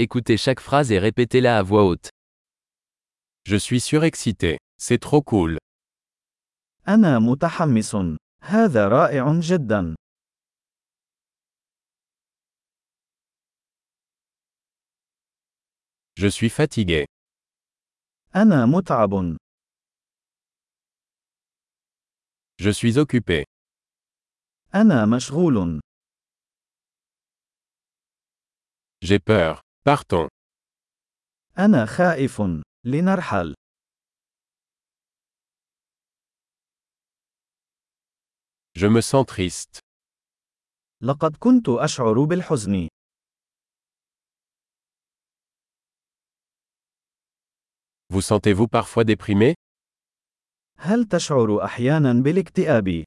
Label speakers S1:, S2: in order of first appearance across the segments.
S1: Écoutez chaque phrase et répétez-la à voix haute.
S2: Je suis surexcité. C'est trop cool.
S3: أنا متحمس. هذا رائع جدا.
S2: Je suis fatigué.
S3: أنا متعب.
S2: Je suis occupé.
S3: أنا مشغول.
S2: J'ai peur. Partons.
S3: أنا خائف. لنرحل.
S2: Je me sens triste.
S3: لقد كنت أشعر بالحزن.
S2: Vous sentez-vous parfois déprimé
S3: هل تشعر أحيانا بالاكتئاب؟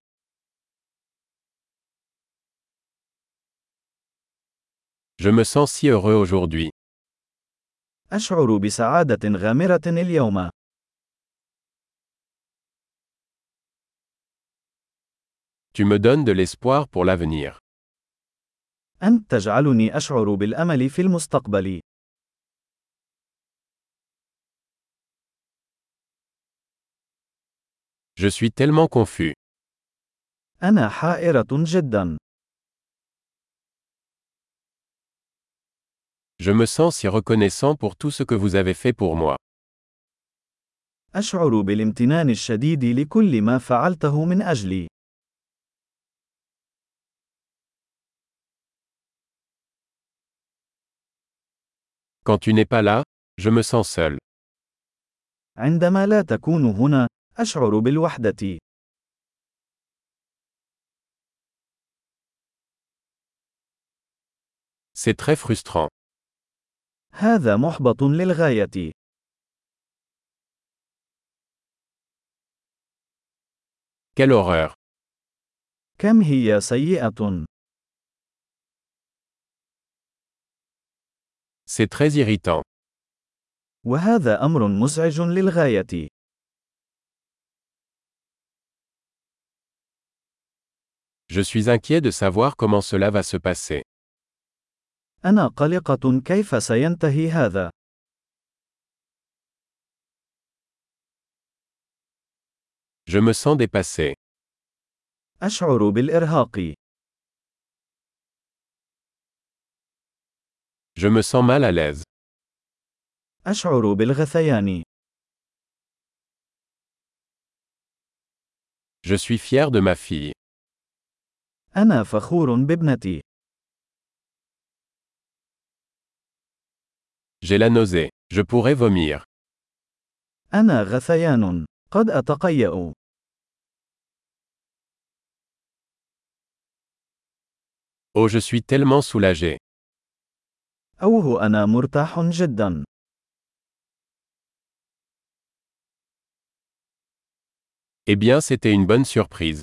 S2: Je me sens si heureux aujourd'hui.
S3: أشعر بسعادة غامرة اليوم.
S2: Tu me donnes de l'espoir pour l'avenir.
S3: أنت تجعلني أشعر بالأمل في المستقبل.
S2: Je suis tellement confus.
S3: أنا حائرة جدا.
S2: Je me sens si reconnaissant pour tout ce que vous avez fait pour moi.
S3: أشعر بالامتنان الشديد لكل ما فعلته من أجلي.
S2: Quand tu n'es pas là, je me sens seul.
S3: عندما لا تكون هنا، أشعر بالوحدة.
S2: C'est très frustrant.
S3: هذا محبط للغاية.
S2: Quelle horreur.
S3: كم هي سيئة.
S2: C'est très irritant.
S3: وهذا أمر مزعج للغاية.
S2: Je suis inquiet de savoir comment cela va se passer.
S3: أنا قلقة كيف سينتهي هذا.
S2: Je me sens dépassé.
S3: أشعر بالإرهاق.
S2: Je me sens mal à l'aise.
S3: أشعر بالغثيان.
S2: Je suis fier de ma fille.
S3: أنا فخور بابنتي.
S2: J'ai la nausée. Je pourrais vomir.
S3: أنا غثيان. قد أتقيأ.
S2: Oh, je suis tellement soulagé.
S3: أوه أنا مرتاح جدا.
S2: Eh bien, c'était une bonne surprise.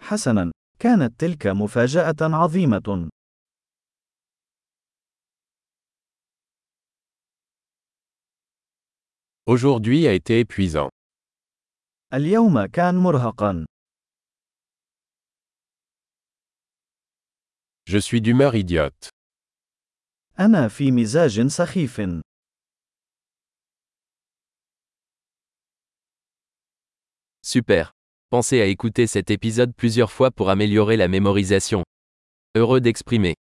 S3: حسنا، كانت تلك مفاجأة عظيمة.
S2: Aujourd'hui a été épuisant.
S3: اليوم كان مرهقا.
S2: Je suis d'humeur idiote.
S3: أنا في مزاج سخيف.
S1: Super. Pensez à écouter cet épisode plusieurs fois pour améliorer la mémorisation. Heureux d'exprimer.